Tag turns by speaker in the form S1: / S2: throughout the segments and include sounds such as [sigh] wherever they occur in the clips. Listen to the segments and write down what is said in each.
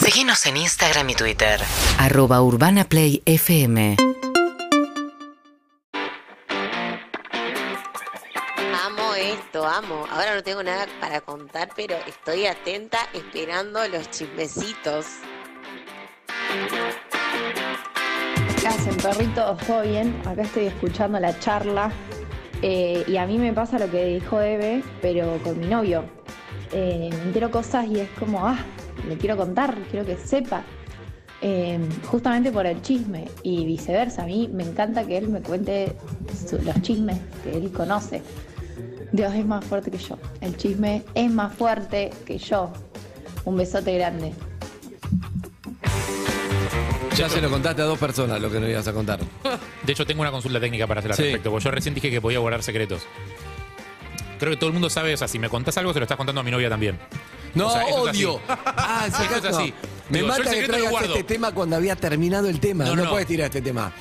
S1: Seguinos en Instagram y Twitter.
S2: Arroba Urbana Play FM.
S3: Amo esto, amo. Ahora no tengo nada para contar, pero estoy atenta esperando los chismecitos.
S4: ¿Qué hacen, perritos? ¿Todo bien? Acá estoy escuchando la charla. eh, y a mí me pasa lo que dijo Eve, pero con mi novio. Eh, me entero cosas y es como, ah, le quiero contar, quiero que sepa. Eh, justamente por el chisme y viceversa. A mí me encanta que él me cuente su- los chismes que él conoce. Dios es más fuerte que yo. El chisme es más fuerte que yo. Un besote grande.
S5: Ya se lo contaste a dos personas lo que no ibas a contar.
S6: De hecho, tengo una consulta técnica para hacer al
S5: Sí.
S6: respecto, porque yo recién dije que podía guardar secretos. Creo que todo el mundo sabe, o sea, si me contás algo, se lo estás contando a mi novia también.
S5: No,
S6: O sea, eso es así.
S5: odio.
S6: [laughs]
S5: Ah,
S6: Eso
S5: sacás-
S6: es así.
S5: no. Me
S6: Digo, yo el
S5: mata que
S6: secreto lo
S5: traigas
S6: guardo.
S5: este tema cuando había terminado el tema. No,
S6: No, no, no.
S5: puedes tirar este tema.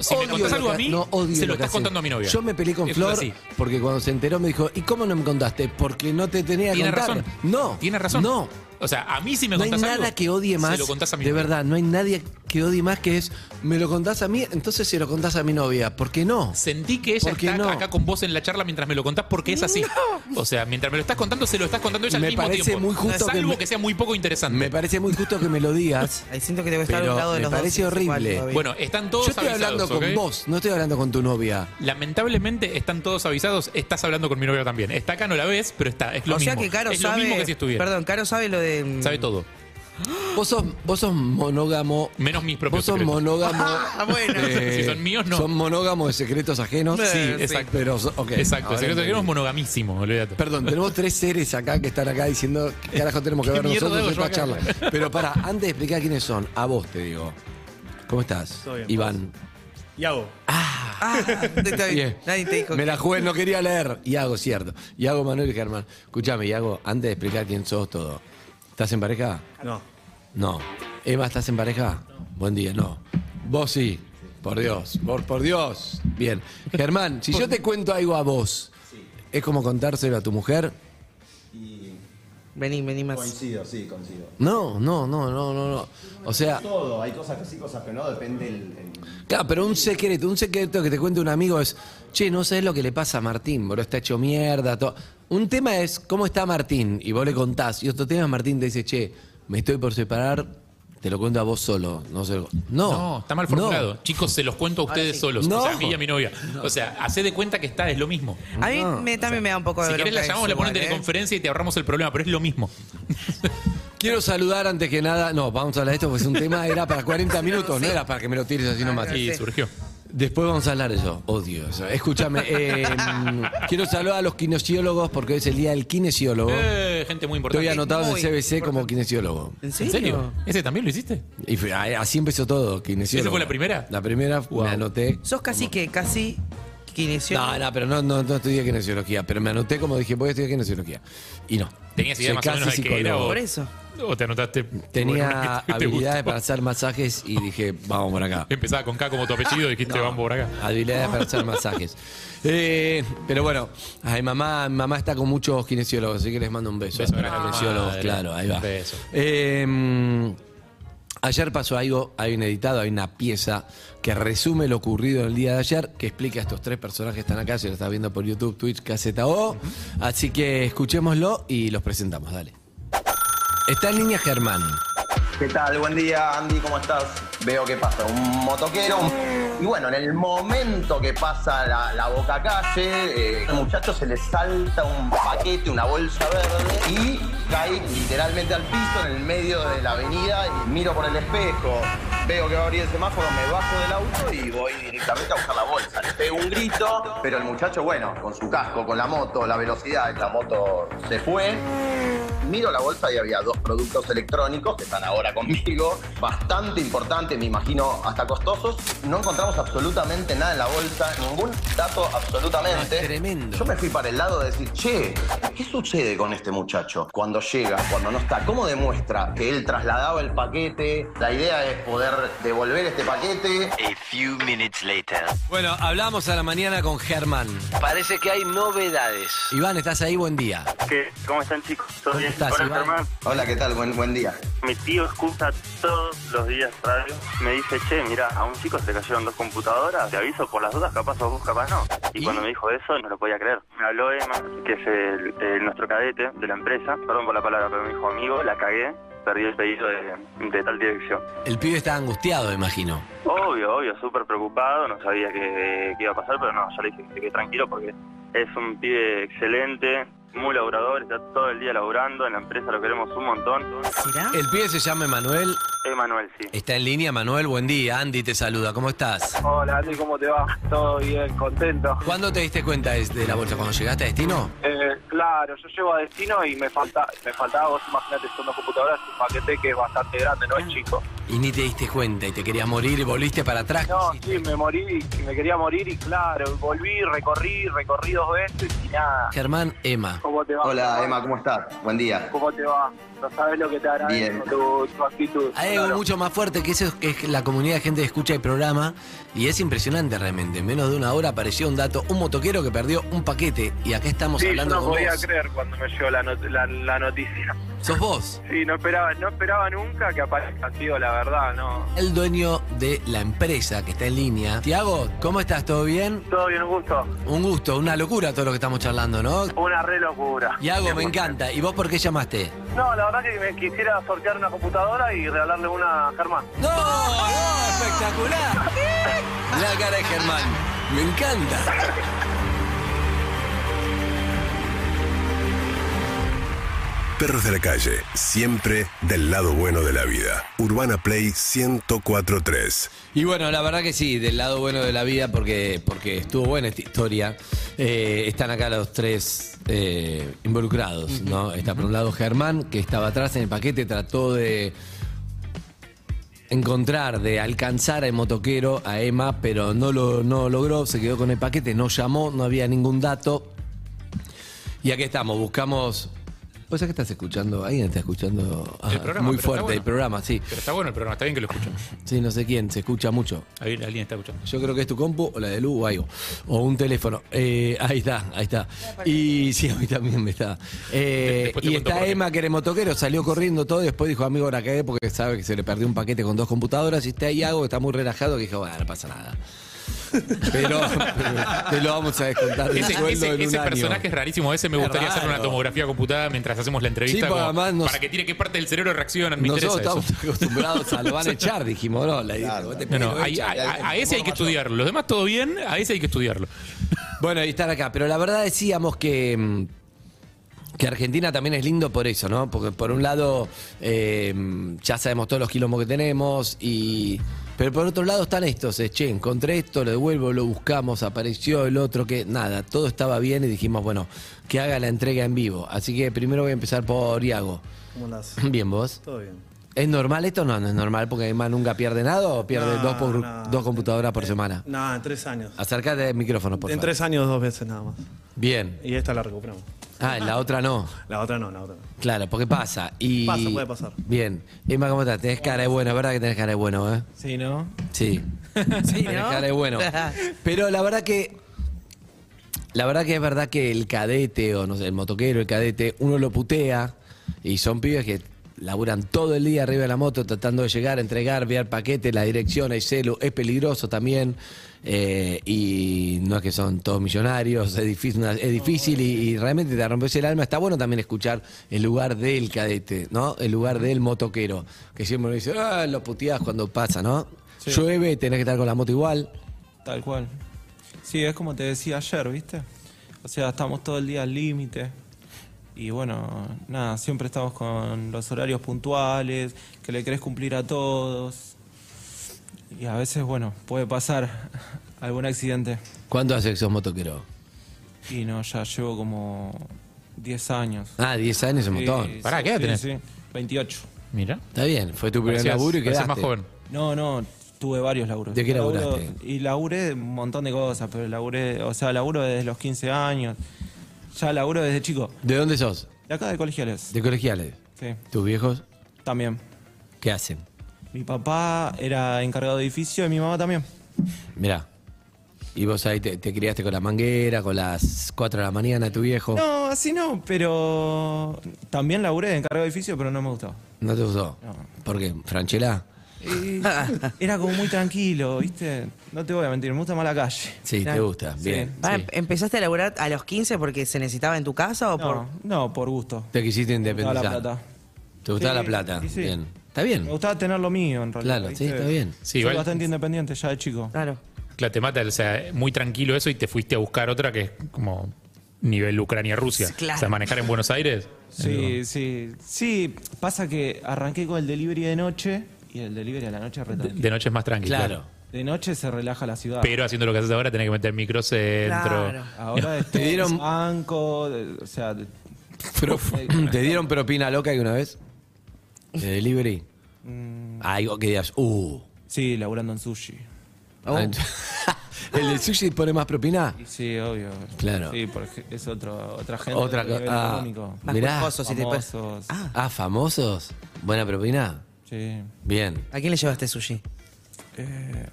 S6: Si me contás
S5: lo
S6: algo
S5: que-
S6: a mí,
S5: no, odio
S6: se lo
S5: que
S6: estás
S5: haces.
S6: contando a mi novia.
S5: Yo me peleé con
S6: Eso es
S5: Flor
S6: así.
S5: porque cuando se enteró me dijo, ¿y cómo no me contaste? Porque no te tenía que
S6: Tiene
S5: contar.
S6: razón.
S5: No.
S6: Tiene razón.
S5: No.
S6: O sea, a mí si me
S5: no hay
S6: contás
S5: nada
S6: algo,
S5: que odie más.
S6: Se lo contás a mi
S5: de
S6: novia.
S5: verdad, no hay nadie que odie más que es, me lo contás a mí, entonces se lo contás a mi novia. ¿Por qué no?
S6: Sentí que ella
S5: ¿Por qué
S6: está
S5: no?
S6: acá con vos en la charla mientras me lo contás porque es así. O sea, mientras me lo estás contando, se lo estás contando ella
S5: Me
S6: al mismo
S5: parece
S6: tiempo.
S5: muy justo que
S6: Salvo
S5: me-
S6: que, sea muy poco interesante.
S5: Me parece muy justo que me lo
S6: [laughs]
S5: digas.
S7: Ahí siento que debo estar
S5: Pero
S7: al lado de
S5: me
S7: los dos,
S5: parece
S7: si no sé cuál
S5: horrible.
S7: todavía.
S6: Bueno, están todos
S5: Yo estoy
S6: avisados,
S5: hablando con
S6: ¿ok?
S5: vos, no estoy hablando con tu novia.
S6: Lamentablemente están todos avisados, estás hablando con mi novia también. Está acá, no la ves, pero está, es lo
S7: o
S6: mismo.
S7: sea que Caro
S6: es
S7: sabe.
S6: lo mismo que si estuviera.
S7: Perdón, Caro sabe lo de. mm,
S6: Sabe todo.
S5: Vos sos, vos sos monógamo.
S6: Menos mis propios
S5: Vos sos
S6: secretos.
S5: monógamo.
S7: [laughs]
S5: Eh,
S7: Ah, bueno.
S6: Si son míos, no.
S5: Son monógamos de secretos ajenos.
S7: Sí, Eh, sí. exacto.
S5: Pero, so- ok,
S6: Exacto,
S5: ahora
S6: el secreto de Guerrero es
S5: entendí.
S6: monogamísimo, olvídate.
S5: Perdón, tenemos tres seres acá que están acá diciendo qué carajo tenemos que
S6: ¿Qué
S5: ver
S6: mierda
S5: nosotros en
S6: hago
S5: esta
S6: yo
S5: charla.
S6: acá?
S5: Pero para, antes de explicar quiénes son, a vos te digo. ¿Cómo estás?
S8: Todo bien,
S5: Iván.
S8: Yago.
S7: [laughs] Ah, [laughs] está bien.
S5: Bien.
S7: Nadie te dijo.
S5: Me
S7: que-
S5: la jugué, no quería leer. Iago, cierto. Iago, Manuel y Germán. Escuchame, Iago, antes de explicar quién sos todo. ¿Estás en pareja?
S8: No.
S5: No. Eva, ¿estás en pareja? Buen día, no. Vos sí. Por Dios, por, por Dios. Bien. Germán, si yo te cuento algo a vos, ¿es como contárselo a tu mujer?
S7: Vení, vení más.
S9: Coincido, sí, coincido.
S5: No, no, no, no, no, no. O sea,
S9: Todo, hay cosas que sí, cosas que no, depende el... el-
S5: claro, pero un secreto, un secreto que te cuente un amigo es, che, no sé lo que le pasa a Martín, bro, está hecho mierda, todo. Un tema es cómo está Martín y vos le contás, y otro tema es Martín te dice, che, me estoy por separar, te lo cuento a vos solo. No, sé. no,
S6: No, está mal formulado. Chicos, se los cuento a ustedes solos.
S5: No.
S6: O sea, a mí y a mi novia. O sea, hacé de cuenta que está, es lo mismo.
S7: A mí me, también me da un poco de
S6: Si querés la
S7: bronca
S6: llamamos,
S7: eso,
S6: la ponen en
S7: igual, ¿eh?
S6: teleconferencia y te ahorramos el problema, pero es lo mismo.
S5: Quiero saludar antes que nada. No, vamos a hablar de esto porque es un tema, era
S6: [laughs]
S5: para 40 minutos, no
S7: sí.
S5: era para que me lo tires así nomás.
S7: Sí.
S6: Y surgió.
S5: Después vamos a hablar de eso. Odio eso.
S6: [laughs]
S5: Escúchame, eh, quiero saludar a los kinesiólogos porque hoy es el día del kinesiólogo.
S6: Eh, gente muy importante.
S5: Estoy anotado en
S7: muy
S5: CBC como
S7: importante.
S5: kinesiólogo.
S7: ¿En serio?
S6: ¿En serio? ¿Ese también lo hiciste?
S5: Y fue- ah, así empezó todo, kinesiólogo.
S6: ¿Esa fue la primera?
S5: La primera me anoté.
S7: Sos casi que casi kinesiólogo.
S5: No, no, pero no, no, no estudié kinesiología, pero me anoté como dije, voy a estudiar kinesiología. Y no.
S6: ¿Tenías idea
S5: Soy
S6: más o menos
S5: casi
S6: de qué era
S5: psicólogo.
S6: o-
S7: Por eso.
S6: ¿O te anotaste?
S5: Tenía
S6: bueno, una que [laughs] te
S5: habilidades
S6: gustó?
S5: para hacer masajes y dije, vamos por acá.
S6: Empezaba con K como tu apellido y
S5: Ah,
S6: dijiste, vamos por acá.
S5: Habilidades para hacer [laughs] masajes. Eh, pero bueno, ay, mamá, mi mamá está con muchos kinesiólogos, así que les mando un beso.
S6: Beso
S5: a los
S6: grande,
S5: kinesiólogos,
S6: madre.
S5: claro, ahí va.
S6: Beso.
S5: Eh, ayer pasó algo, hay un editado, hay una pieza que resume lo ocurrido en el día de ayer, que explica a estos tres personajes que están acá, si lo estás viendo por YouTube, Twitch, Caseta O. Así que escuchémoslo y los presentamos, dale. Está en línea Germán.
S9: ¿Qué tal? Buen día, Andy, ¿cómo estás? Veo que pasa un motoquero. un- Y bueno, en el momento que pasa la, la boca calle, eh, al muchacho se le salta un paquete, una bolsa verde, y cae literalmente al piso en el medio de la avenida. Y miro por el espejo, veo que va a abrir el semáforo, me bajo del auto y voy directamente a buscar la bolsa. Le pego un grito, pero el muchacho, bueno, con su casco, con la moto, la velocidad, la moto se fue. Miro la bolsa y había dos productos electrónicos que están ahora conmigo, bastante importantes, me imagino hasta costosos. No encontramos absolutamente nada en la bolsa, ningún dato absolutamente.
S5: No, tremendo.
S9: Yo me fui para el lado de decir, che, ¿qué sucede con este muchacho cuando llega, cuando no está? ¿Cómo demuestra que él trasladaba el paquete? La idea es poder devolver este paquete.
S10: A few minutes later.
S5: Bueno, hablamos a la mañana con Germán.
S10: Parece que hay novedades.
S5: Iván, estás ahí, buen día.
S8: ¿Qué? ¿Cómo están chicos? ¿Todo Andrés.
S5: estás,
S8: Hola,
S5: Iván?
S8: Germán.
S11: Hola, ¿qué tal? Buen, buen día.
S8: Mi tío escucha todos los días radio. Me dice, che, mira, a un chico se le cayeron dos computadoras. Te aviso por las dudas, capaz o vos, capaz no. Y, cuando me dijo eso, no lo podía creer. Me habló Emma, que es el- el- nuestro cadete de la empresa. Perdón por la palabra, pero me dijo, amigo, la cagué. Perdí el pedido de, de tal dirección.
S5: El pibe está angustiado, imagino.
S8: Obvio, obvio, súper preocupado. No sabía qué, qué iba a pasar, pero no, yo le dije que se quede tranquilo porque es un pibe excelente. Muy laburador, está todo el día laburando, en la empresa lo queremos un montón.
S7: ¿Será?
S5: El pibe se llama Emanuel.
S8: Emanuel, sí.
S5: Está en línea, Manuel. Buen día. Andy te saluda. ¿Cómo estás?
S12: Hola Andy, ¿cómo te va? Todo bien, contento.
S5: ¿Cuándo te diste cuenta es- de la bolsa? ¿Cuando llegaste a destino?
S12: Eh, claro, yo llego a destino y me falta, me faltaba, vos imagínate, son dos computadoras y un paquete que es bastante grande, no es chico.
S5: Y ni te diste cuenta y te querías morir y volviste para atrás.
S12: No, sí, me morí, me quería morir y claro, volví, recorrí, recorrí dos veces y nada.
S5: Germán, Emma.
S12: ¿Cómo te va?
S11: Hola, Emma, ¿cómo estás? Buen día.
S12: ¿Cómo te va? No sabes lo que te agradezco,
S11: Bien.
S12: tu, tu actitud.
S5: Hay algo
S12: Claro.
S5: mucho más fuerte que eso, que es la comunidad de gente que escucha el programa y es impresionante realmente. En menos de una hora apareció un dato, un motoquero que perdió un paquete y acá estamos
S12: Sí, yo
S5: hablando
S12: no
S5: con
S12: podía
S5: vos.
S12: creer cuando me llegó la, not- la, la noticia.
S5: Sos vos,
S12: Sí, no esperaba, no esperaba nunca que aparezca, tío, la verdad, no.
S5: el dueño de la empresa que está en línea. Tiago, ¿cómo estás? ¿Todo bien?
S12: Todo bien, un gusto.
S5: Un gusto, una locura todo lo que estamos charlando, ¿no?
S12: Una re locura.
S5: Tiago, me encanta. ¿Y vos por qué llamaste?
S12: No, la verdad que me quisiera sortear una computadora y regalarle una a Germán.
S5: ¡No! ¡No!
S12: [laughs]
S5: ¡Espectacular! La cara de Germán. Me encanta.
S13: Perros de la calle, siempre del lado bueno de la vida. Urbana Play 1043.
S5: Y bueno, la verdad que sí, del lado bueno de la vida, porque, porque estuvo buena esta historia. Eh, están acá los tres eh, involucrados, ¿no? Está por un lado Germán, que estaba atrás en el paquete, trató de encontrar, de alcanzar al motoquero, a Emma, pero no lo no logró, se quedó con el paquete, no llamó, no había ningún dato. Y aquí estamos, buscamos. ¿Vos sabés que estás escuchando? ¿Alguien está escuchando? Ah,
S6: El programa,
S5: muy
S6: pero está
S5: fuerte
S6: bueno.
S5: el programa, sí.
S6: Pero está bueno el programa, está bien que lo
S5: [laughs]
S6: escuchen.
S5: Sí, no sé quién, se escucha mucho.
S6: Alguien alguien está escuchando.
S5: Yo creo que es tu compu o la de Lu o algo. O un teléfono. Eh, ahí está, ahí está. Y sí, a mí también me está. Eh,
S6: Después te
S5: y
S6: cuento por
S5: está
S6: qué.
S5: Emma, que era motoquero, salió corriendo todo. Y después dijo, amigo, ahora cagué porque sabe que se le perdió un paquete con dos computadoras. Y está ahí algo que está muy relajado. Que dijo, bueno, no pasa nada. Pero [laughs] te lo vamos a descontar. del
S6: Ese,
S5: Ah, sueldo
S6: ese-
S5: en un
S6: ese
S5: año.
S6: personaje es rarísimo. Ese me
S5: Es
S6: gustaría hacer una
S5: raro.
S6: tomografía computada mientras hacemos la entrevista.
S5: Sí, porque
S6: como
S5: además nos-
S6: Para que tire qué parte del cerebro reaccionan. Me
S5: Nosotros
S6: interesa eso.
S5: estamos [laughs] este acostumbrados a lo
S6: [laughs]
S5: van a echar, dijimos, no, la idea. vos te
S6: No,
S5: pedís,
S6: no,
S5: lo
S6: hay-
S5: echan.
S6: hay- a, a ese hay que estudiarlo. Los demás todo bien, a ese hay que estudiarlo.
S5: Bueno, y estar acá. Pero la verdad decíamos que. mm, Que Argentina también es lindo por eso, ¿no? Porque por un lado eh, ya sabemos todos los quilombos que tenemos y... Pero por otro lado están estos, eh, che, encontré esto, lo devuelvo, lo buscamos, apareció el otro, que nada, todo estaba bien y dijimos, bueno, que haga la entrega en vivo. Así que primero voy a empezar por Iago.
S14: ¿Cómo andás?
S5: Bien, vos.
S14: Todo bien.
S5: ¿Es normal esto? No, no es normal porque Emma nunca pierde nada o pierde
S14: No,
S5: dos, por-
S14: no.
S5: dos computadoras por semana.
S14: Nada, en tres años.
S5: Acercate del micrófono, Ah, por
S14: en
S5: favor.
S14: tres años dos veces nada más.
S5: Bien.
S14: Y esta la recuperamos.
S5: Ah, la otra no.
S14: La otra no, la otra no.
S5: Claro, porque pasa. Y...
S14: Pasa, puede pasar.
S5: Bien. Emma, ¿cómo estás? Tenés cara de bueno, ¿verdad que tenés cara de bueno, eh?
S12: Sí, ¿no?
S14: [laughs]
S5: Sí.
S7: Sí,
S5: Tenés
S7: ¿no?
S5: cara de bueno. Pero la verdad que. La verdad que es verdad que el cadete, o no sé, el motoquero, el cadete, uno lo putea y son pibes que laburan todo el día arriba de la moto tratando de llegar, entregar, enviar paquetes, la dirección, el celu, es peligroso también eh, y no es que son todos millonarios, es difícil, una- es difícil y, y realmente te rompes el alma. Está bueno también escuchar el lugar del cadete, ¿no? El lugar del motoquero, que siempre uno dice, ah, lo puteás cuando pasa, ¿no?
S15: Sí.
S5: Llueve, tenés que estar con la moto igual.
S15: Tal cual. Sí, es como te decía ayer, ¿viste? O sea, estamos todo el día al límite. Y bueno, nada, siempre estamos con los horarios puntuales, que le querés cumplir a todos. Y a veces, bueno, puede pasar [laughs] algún accidente.
S5: ¿Cuánto hace que sos motoquero?
S15: Y no, ya llevo como 10 años.
S5: Ah, 10 años es un
S15: Sí,
S5: montón.
S15: sí,
S6: Pará, ¿qué edad
S15: sí,
S6: tenés?
S15: sí, 28.
S6: Mira.
S5: Está bien, fue tu primer laburo y quedaste.
S6: más joven.
S15: No, no, tuve varios laburos.
S5: ¿De qué
S15: Laburo-
S5: laburaste?
S15: y laburé un montón de cosas, pero laburé, o sea, laburo desde los 15 años. Ya laburo desde chico.
S5: ¿De dónde sos?
S15: De acá de colegiales.
S5: ¿De colegiales?
S15: Sí,
S5: ¿Tus viejos
S15: también.
S5: qué hacen?
S15: Mi papá era encargado de edificio y mi mamá también.
S5: Mirá. Y vos ahí te, te criaste con la manguera, con las 4 de la mañana, tu viejo.
S15: No, así no, pero también laburé de encargado de edificio, pero no me gustó.
S5: ¿No te gustó? ¿Por qué? ¿Franchela?
S15: Y
S5: [laughs]
S15: era como muy tranquilo, ¿viste? No te voy a mentir, me gusta más la calle.
S5: Sí, te gusta, bien.
S7: Pará,
S5: sí.
S7: ¿Empezaste a laburar a los 15 porque se necesitaba en tu casa o por...?
S15: No, por gusto.
S5: Te quisiste
S15: gustaba la
S5: independizar.
S15: plata.
S5: ¿Te gustaba
S15: Sí,
S5: la plata?
S15: y sí.
S5: Bien. Está bien.
S15: Me gustaba tener lo mío, en realidad.
S5: Claro, sí, está bien. Sí, Ah.
S15: Soy
S6: igual-
S15: bastante independiente ya de chico.
S7: Claro.
S6: Claro, te mata, o sea, muy tranquilo eso y te fuiste a buscar otra que es como nivel Ucrania-Rusia.
S15: Sí, claro.
S6: O sea, manejar en Buenos Aires.
S15: Sí, sí. Sí, pasa que arranqué con el delivery de noche y el delivery a la noche es re
S6: De,
S15: tranquilo.
S6: de noche es más tranquilo.
S15: Claro. De noche se relaja la ciudad.
S6: Pero haciendo lo que haces ahora, tenés que meter microcentro.
S5: [laughs]
S15: Ahora te dieron banco, de- o sea, de-
S5: Pero- ¿Te dieron propina loca alguna vez? ¿De delivery?
S15: Mm.
S5: Algo que digas, uh.
S15: Sí, laburando en sushi. Oh.
S5: [laughs] ¿El del sushi pone más propina?
S15: sí, obvio.
S5: Claro.
S15: Sí, porque es otro, otra gente.
S5: Otra
S15: otro nivel
S5: cosa.
S15: económico.
S5: Ah, mirá.
S15: Famosos.
S5: Ah, famosos. ¿Buena propina?
S15: Sí.
S5: Bien.
S7: ¿A quién le llevaste sushi?
S15: Eh,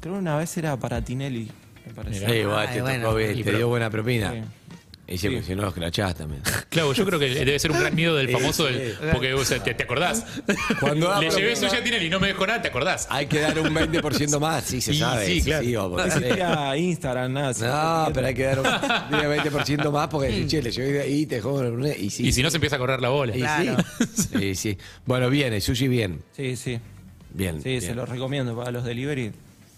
S15: creo que una vez era para Tinelli, me parece.
S5: Sí, igual, te tocó bien, te dio buena propina.
S15: Sí.
S5: Y se mencionó los crachás también.
S6: Claro, yo creo que debe ser un gran miedo del
S5: Sí,
S6: famoso.
S5: sí.
S6: del- porque, o sea, te, te acordás.
S5: Cuando da
S6: Le llevé
S5: propina.
S6: suya a Tinelli y no me dejó nada, ¿te acordás?
S5: [laughs] Hay que dar un 20% más, sí, se
S6: Y
S5: sabe.
S6: sí, claro.
S5: o
S15: No
S5: porque-
S15: existía Instagram, nada. sí.
S5: No, pero hay que dar un tiene 20% más porque [laughs] decís, che, le llevé y te dejó una- y sí.
S6: Y si no, se empieza a correr la bola.
S5: Y sí. Sí, sí. Bueno, bien, el sushi bien.
S15: Sí, sí.
S5: Bien.
S15: Sí,
S5: bien.
S15: se los recomiendo para los delivery.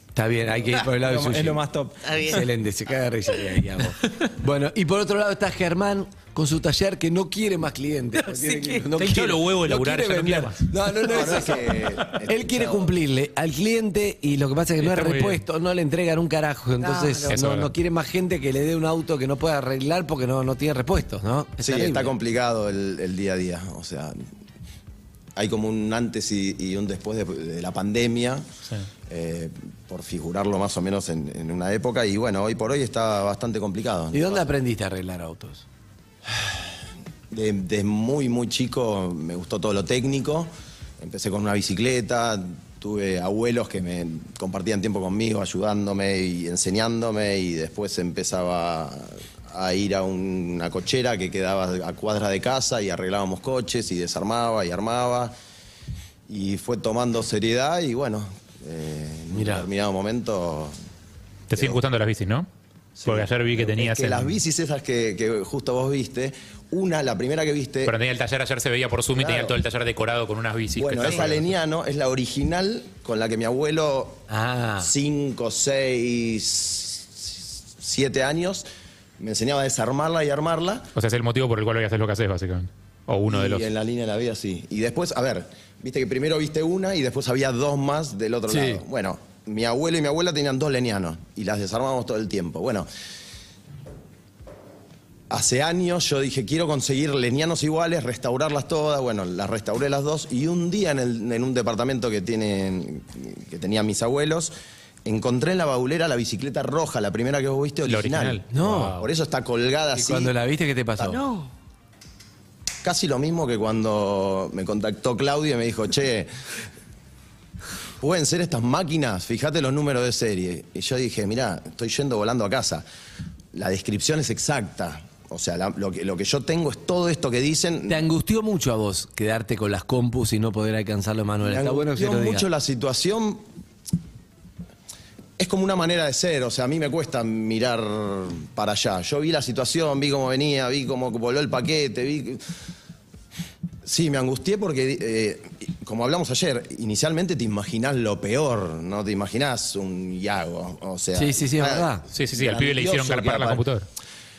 S5: Está bien, hay que ir por el lado
S15: Es lo-
S5: del sushi.
S15: es lo más top.
S6: Ah,
S5: Excelente, se cae de risa de ahí,
S6: [laughs]
S5: amo. Bueno, y por otro lado está Germán con su taller que no quiere más clientes. No, tiene
S6: que-
S5: no
S6: Te hinchó los huevos de laburar,
S5: quiere
S6: ya no quiere
S5: vender. No, no, no, es eso. Él quiere cumplirle al cliente y lo que pasa es que no es
S6: Está muy bien.
S5: repuesto, no le entregan un carajo. Entonces
S6: Claro. Eso
S5: no,
S6: es
S5: no quiere más gente que le dé un auto que no pueda arreglar porque no, no tiene repuestos, ¿no? Es
S9: Sí,
S5: terrible.
S9: está complicado el, el día a día. O sea, hay como un antes y, y un después de, de la pandemia, eh, por figurarlo más o menos en, en una época. Y bueno, hoy por hoy está bastante complicado.
S5: ¿Y dónde aprendiste a arreglar autos?
S9: De- Desde muy, muy chico me gustó todo lo técnico. Empecé con una bicicleta, tuve abuelos que me compartían tiempo conmigo, ayudándome y enseñándome. Y después empezaba a ir a un- una cochera que quedaba a cuadra de casa y arreglábamos coches y desarmaba y armaba. Y fue tomando seriedad y bueno, eh, en un determinado momento
S6: Te siguen gustando las bicis, ¿no? Porque ayer vi que tenías.
S9: es que
S6: el-
S9: las bicis esas que, que justo vos viste, una, la primera que viste...
S6: Pero tenía el taller, ayer se veía por Zoom y tenía
S9: Claro.
S6: todo el taller decorado con unas bicis.
S9: Bueno,
S6: que
S9: esa
S6: estaban-
S9: Leniano es la original con la que mi abuelo,
S5: Ah.
S9: 5, 6, 7 años, me enseñaba a desarmarla y armarla.
S6: O sea, es el motivo por el cual hoy haces lo que haces, básicamente. O uno de
S9: y
S6: los.
S9: en la línea de la vida, sí. Y después, a ver, viste que primero viste una y después había dos más del otro
S5: Sí.
S9: lado. Bueno, mi abuelo y mi abuela tenían dos lenianos y las desarmábamos todo el tiempo. Bueno, hace años yo dije, quiero conseguir lenianos iguales, restaurarlas todas. Bueno, las restauré las dos y un día en, el- en un departamento que, tienen, que tenían mis abuelos, encontré en la baulera la bicicleta roja, la primera que vos viste
S6: La
S9: original.
S6: original.
S5: No.
S9: Por eso está colgada
S5: ¿Y
S9: así.
S5: cuando la viste qué te pasó?
S9: No. Casi lo mismo que cuando me contactó Claudio y me dijo, che, ¿pueden ser estas máquinas? Fíjate los números de serie. Y yo dije, mirá, estoy yendo volando a casa. La descripción es exacta. O sea, la- lo, que, lo que yo tengo es todo esto que dicen.
S5: ¿Te angustió mucho a vos quedarte con las compus y no poder alcanzarlo, Manuel?
S9: Me
S5: Está bueno que se
S9: angustió
S5: lo digas.
S9: mucho la situación. Es como una manera de ser, o sea, a mí me cuesta mirar para allá. Yo vi la situación, vi cómo venía, vi cómo voló el paquete, vi... Sí, me angustié porque, eh, como hablamos ayer, inicialmente te imaginás lo peor, no te imaginás un Iago, o sea...
S5: Sí, sí, sí, es
S9: ah,
S5: verdad.
S6: Sí, sí, sí. Al pibe le hicieron
S9: grandioso
S6: carpar
S9: que
S6: la
S9: apa-
S6: computadora.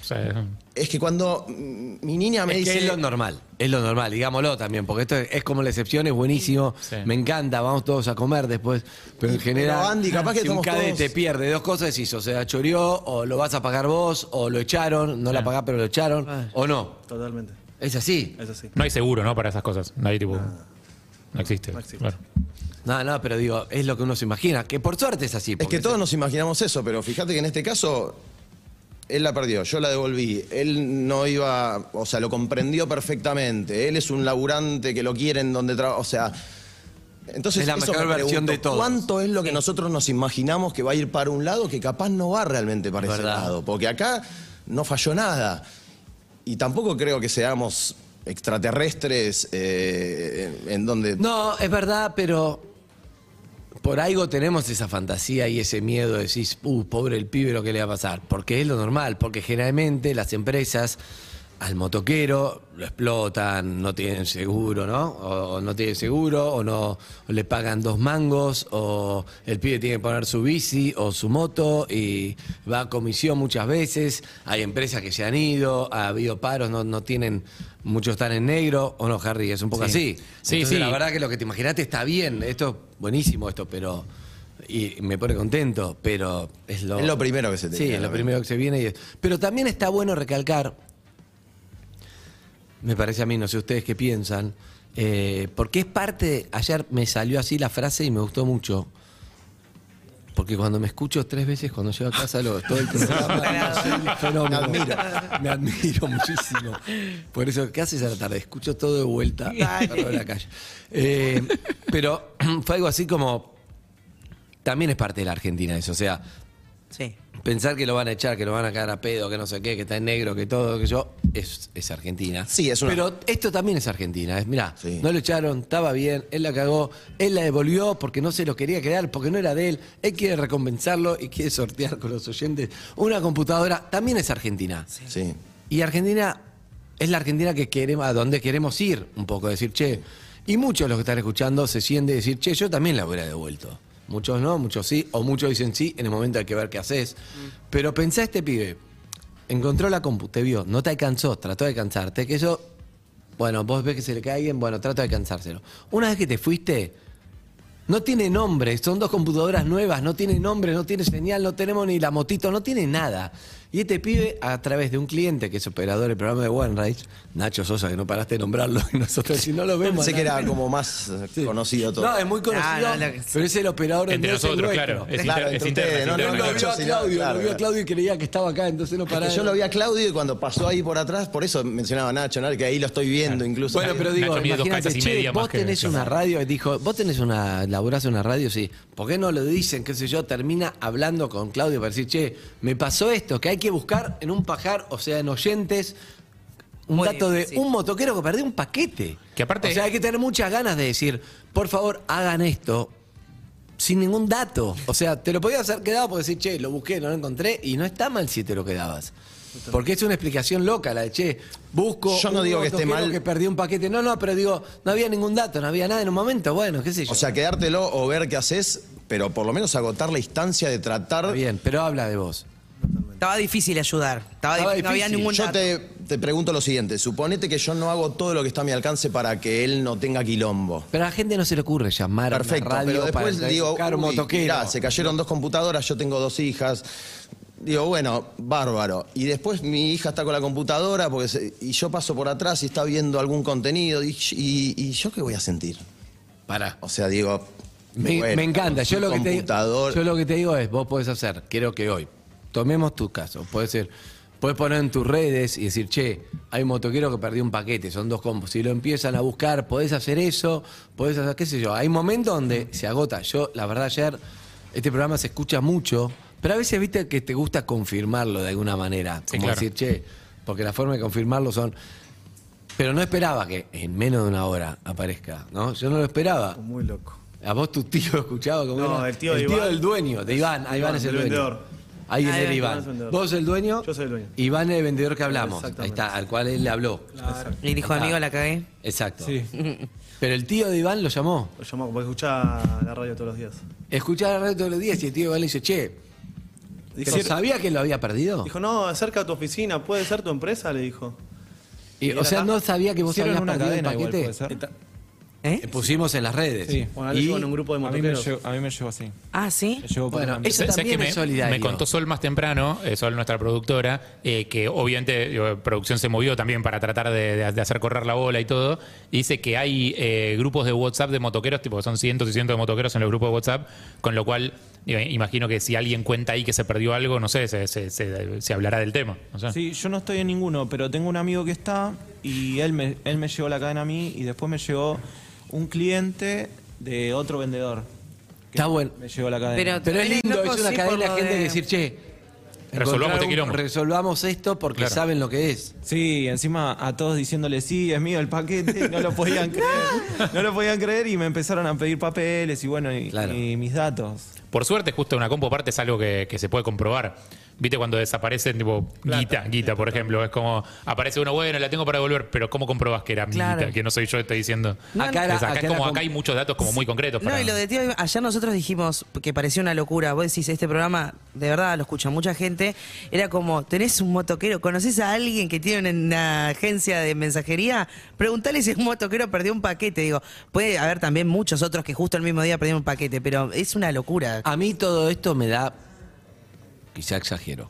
S6: O sea,
S9: Es que cuando mm, mi niña me
S5: Es
S9: dice...
S5: que es lo normal, es lo normal, digámoslo también, porque esto es, es como la excepción, es buenísimo, me encanta, vamos todos a comer después, pero en general,
S9: pero, Andy, capaz que
S5: si un
S9: estamos
S5: cadete
S9: todos-
S5: pierde dos cosas, decís, o se la choreó, o lo vas a pagar vos, o lo echaron, no la pagás pero lo echaron, o no.
S14: Totalmente.
S5: Es así.
S14: Es así.
S6: no hay seguro, ¿no? Para esas cosas. No hay tipo. No existe. Claro.
S5: No, no, pero digo, es lo que uno se imagina, que por suerte es así.
S9: Es
S5: porque
S9: que todos nos imaginamos eso, pero fíjate que en este caso él la perdió, yo la devolví. Él no iba, o sea, lo comprendió perfectamente. Él es un laburante que lo quieren donde trabaja, o sea, Entonces,
S5: Es la
S9: eso
S5: mejor
S9: me
S5: versión
S9: pregunto,
S5: de todos.
S9: ¿Cuánto es lo que nosotros nos imaginamos que va a ir para un lado que capaz no va realmente para ese
S5: Verdad.
S9: lado? Porque acá no falló nada. Y tampoco creo que seamos extraterrestres eh, en en donde
S5: No, es verdad, pero por algo tenemos esa fantasía y ese miedo de decir, uh, pobre el pibe, lo que le va a pasar. Porque es lo normal, porque generalmente las empresas al motoquero lo explotan, no tienen seguro, ¿no? O, o no tienen seguro, o no o le pagan dos mangos, o el pibe tiene que poner su bici o su moto y va a comisión muchas veces. Hay empresas que se han ido, ha habido paros, no, no tienen, muchos están en negro, o no, Harry, es un poco
S6: Sí.
S5: así.
S6: Sí,
S5: Entonces,
S6: sí.
S5: La verdad que lo que te imaginaste está bien, esto es buenísimo esto, pero... Y me pone contento, pero es lo...
S9: Es lo primero que se te
S5: Sí,
S9: viene
S5: es
S9: a la
S5: lo
S9: mente.
S5: primero que se viene. y es- Pero también está bueno recalcar, me parece a mí, no sé ustedes qué piensan, eh, porque es parte... de- ayer me salió así la frase y me gustó mucho. Porque cuando me escucho tres veces, cuando llego a casa, lo, todo el [laughs] programa, soy un fenómeno. Me admiro, me [laughs] admiro muchísimo. Por eso, ¿qué haces a la tarde? Escucho todo de vuelta. Perdón, la calle. Eh, pero [clears throat] fue algo así como... También es parte de la Argentina eso, o sea... Pensar que lo van a echar, que lo van a cagar a pedo, que no sé qué, que está en negro, que todo, que yo, es, es Argentina.
S9: Sí, es una-
S5: Pero esto también es Argentina. Es, mirá, no lo echaron, estaba bien, él la cagó, él la devolvió porque no se lo quería quedar, porque no era de él. Él quiere recompensarlo y quiere sortear con los oyentes una computadora. También es Argentina.
S9: Sí.
S5: Y Argentina es la Argentina que queremos, a donde queremos ir, un poco, decir, che. Y muchos de los que están escuchando se sienten y decir, che, yo también la hubiera devuelto. Muchos no, muchos sí, o muchos dicen sí, en el momento hay que ver qué haces. Pero pensá este pibe, encontró la compu, te vio, no te alcanzó, trató de alcanzarte, que eso, bueno, vos ves que se le cae a alguien, bueno, trata de alcanzárselo. Una vez que te fuiste, no tiene nombre, son dos computadoras nuevas, no tiene nombre, no tiene señal, no tenemos ni la motito, no tiene nada. Y este pibe, a través de un cliente que es operador del programa de OneRage, Nacho Sosa, que no paraste de nombrarlo, [laughs] y nosotros si no lo vemos.
S9: Pensé que era
S5: Nacho.
S9: como más eh, conocido todo.
S5: No, es muy conocido,
S9: Ah, no, lo que-
S5: pero es el operador
S9: Entre
S5: nuestro
S9: nosotros,
S5: nuestro.
S9: claro, es Claro, inter- es entre interno, ustedes, es no, interno. no,
S5: lo
S9: no,
S5: vio a
S9: sí, no,
S5: Claudio,
S9: claro,
S5: lo vio a
S9: claro.
S5: Claudio y creía que estaba acá, entonces no
S9: Es que
S5: paraba.
S9: yo lo vi a Claudio y cuando pasó ahí por atrás, por eso mencionaba a Nacho, ¿no? que ahí lo estoy viendo incluso.
S5: Bueno, pero digo, imagínate, che, vos tenés una radio, dijo, vos tenés una, laburás en una radio, sí, ¿por qué no lo dicen? Qué sé yo, termina hablando con Claudio para decir, che, me pasó esto, que hay que buscar en un pajar, o sea, en oyentes, un dato de un motoquero que perdió un paquete.
S6: Que aparte-
S5: O sea, hay que tener muchas ganas de decir, por favor, hagan esto. Sin ningún dato. O sea, te lo podías haber quedado porque decir, che, lo busqué, no lo encontré, y no está mal si te lo quedabas. Porque es una explicación loca la de, che, busco.
S9: Yo no
S5: un
S9: digo que esté
S5: motoquero
S9: mal.
S5: que perdí un paquete. No, no, pero digo, no había ningún dato, no había nada en un momento. Bueno, qué sé yo.
S9: O sea, quedártelo o ver qué haces, pero por lo menos agotar la instancia de tratar.
S5: bien, pero habla de vos.
S7: Estaba difícil ayudar. Estaba
S9: Estaba
S7: difícil, No había
S9: difícil.
S7: ningún
S9: Yo
S7: dato.
S9: te, te pregunto lo siguiente: suponete que yo no hago todo lo que está a mi alcance para que él no tenga quilombo.
S5: Pero a la gente no se le ocurre llamar
S9: Perfecto,
S5: a una radio
S9: pero después
S5: para
S9: digo,
S5: buscar un
S9: uy,
S5: motoquero.
S9: mirá, se cayeron dos computadoras, yo tengo dos hijas. Digo, bueno, bárbaro. Y después mi hija está con la computadora porque se- y yo paso por atrás y está viendo algún contenido. ¿Y, y- y yo qué voy a sentir?
S5: Para.
S9: O sea, digo.
S5: Me,
S9: bueno,
S5: me encanta. Yo
S9: un
S5: lo, que te,
S9: computador.
S5: yo lo que te digo es, vos podés hacer, creo que hoy, tomemos tu caso, puede ser, puedes poner en tus redes y decir, che, hay un motoquero que perdió un paquete, son dos combos. Si lo empiezan a buscar, podés hacer eso, podés hacer, qué sé yo. Hay momentos donde se agota. Yo, la verdad, ayer, este programa se escucha mucho, pero a veces viste que te gusta confirmarlo de alguna manera.
S6: Sí,
S5: como
S6: claro.
S5: decir, che, porque la forma de confirmarlo son. Pero no esperaba que en menos de una hora aparezca, ¿no? Yo no lo esperaba.
S14: Muy loco.
S5: ¿A vos tu tío [laughs] escuchaba como
S14: No,
S5: era?
S14: el tío de Iván.
S5: del dueño, de Iván. Ah, Iván es el
S14: del
S5: dueño.
S14: vendedor.
S5: Ahí es
S14: Ah,
S5: el
S14: Iván.
S5: Iván.
S14: Iván es el vendedor.
S5: Vos el dueño.
S14: Yo soy el dueño.
S5: Iván es el vendedor que hablamos. Ahí está, al cual él le habló.
S7: Le dijo,
S5: Ahí está.
S7: amigo, la cagué.
S5: Exacto.
S14: Sí.
S5: [laughs] Pero el tío de Iván lo llamó.
S14: Lo llamó, porque escuchaba la radio todos los días.
S5: Escuchaba la radio todos los días y el tío de Iván le dice, che,
S14: Dijo-
S5: ¿pero ¿sabía que lo había perdido?
S14: Dijo, no, acerca a tu oficina, puede ser tu empresa, le dijo.
S5: Y, o sea, no sabía que vos
S14: Hicieron
S5: habías
S14: una
S5: perdido el
S14: cadena igual,
S5: paquete.
S14: puede ser.
S5: Eh, Pusimos en las redes.
S15: Sí.
S14: Bueno, ahora llegó en un grupo de
S15: A mí me
S14: motoqueros.
S15: llegó- a mí me llegó así.
S7: Ah, sí.
S15: Me llegó por
S5: Bueno,
S15: un
S5: eso
S15: amigo.
S6: ¿Sabes
S5: también
S6: qué me,
S5: es solidario.
S6: me contó Sol más temprano, eh, Sol, nuestra productora, eh, que obviamente digo, producción se movió también para tratar de, de- de hacer correr la bola y todo. Y dice que hay eh, grupos de WhatsApp de motoqueros, tipo son cientos y cientos de motoqueros en los grupos de WhatsApp, con lo cual digo, imagino que si alguien cuenta ahí que se perdió algo, no sé, se, se- se- se hablará del tema. no sé.
S15: Sí, yo no estoy en ninguno, pero tengo un amigo que está y él me, él me llevó la cadena a mí y después me llegó un cliente de otro vendedor. que
S5: Está bueno.
S15: Me llegó a la cadena.
S5: Pero, es lindo, es una cadena de gente que decir, che,
S6: Resolvamos
S5: encontrar
S6: este
S5: un-
S6: quilombo.
S5: Resolvamos esto porque
S15: Claro.
S5: saben lo que es.
S15: Sí, encima a todos diciéndole, sí, es mío el paquete, no lo podían creer. No lo podían creer y me empezaron a pedir papeles y bueno, y, y mis datos.
S6: Por suerte, justo una compu aparte es algo que, que se puede comprobar. Viste cuando desaparecen, tipo, guita, guita, por ejemplo. Es como, aparece uno, bueno, la tengo para devolver, pero ¿cómo comprobás que era mi
S7: Claro.
S6: guita? Que no soy yo, estoy diciendo.
S7: No,
S6: acá,
S7: no.
S6: es-
S7: Acá
S6: acá es
S7: era
S6: como,
S7: com-
S6: acá hay muchos datos como muy concretos.
S7: No,
S6: para-
S7: y lo de tío, Iba- ayer nosotros dijimos que parecía una locura. Vos decís, este programa, de verdad, lo escucha mucha gente. Era como, tenés un motoquero, ¿conocés a alguien que tiene una agencia de mensajería? Preguntale si un motoquero perdió un paquete. Digo, puede haber también muchos otros que justo el mismo día perdieron un paquete, pero es una locura.
S5: A mí todo esto me da, quizá exagero,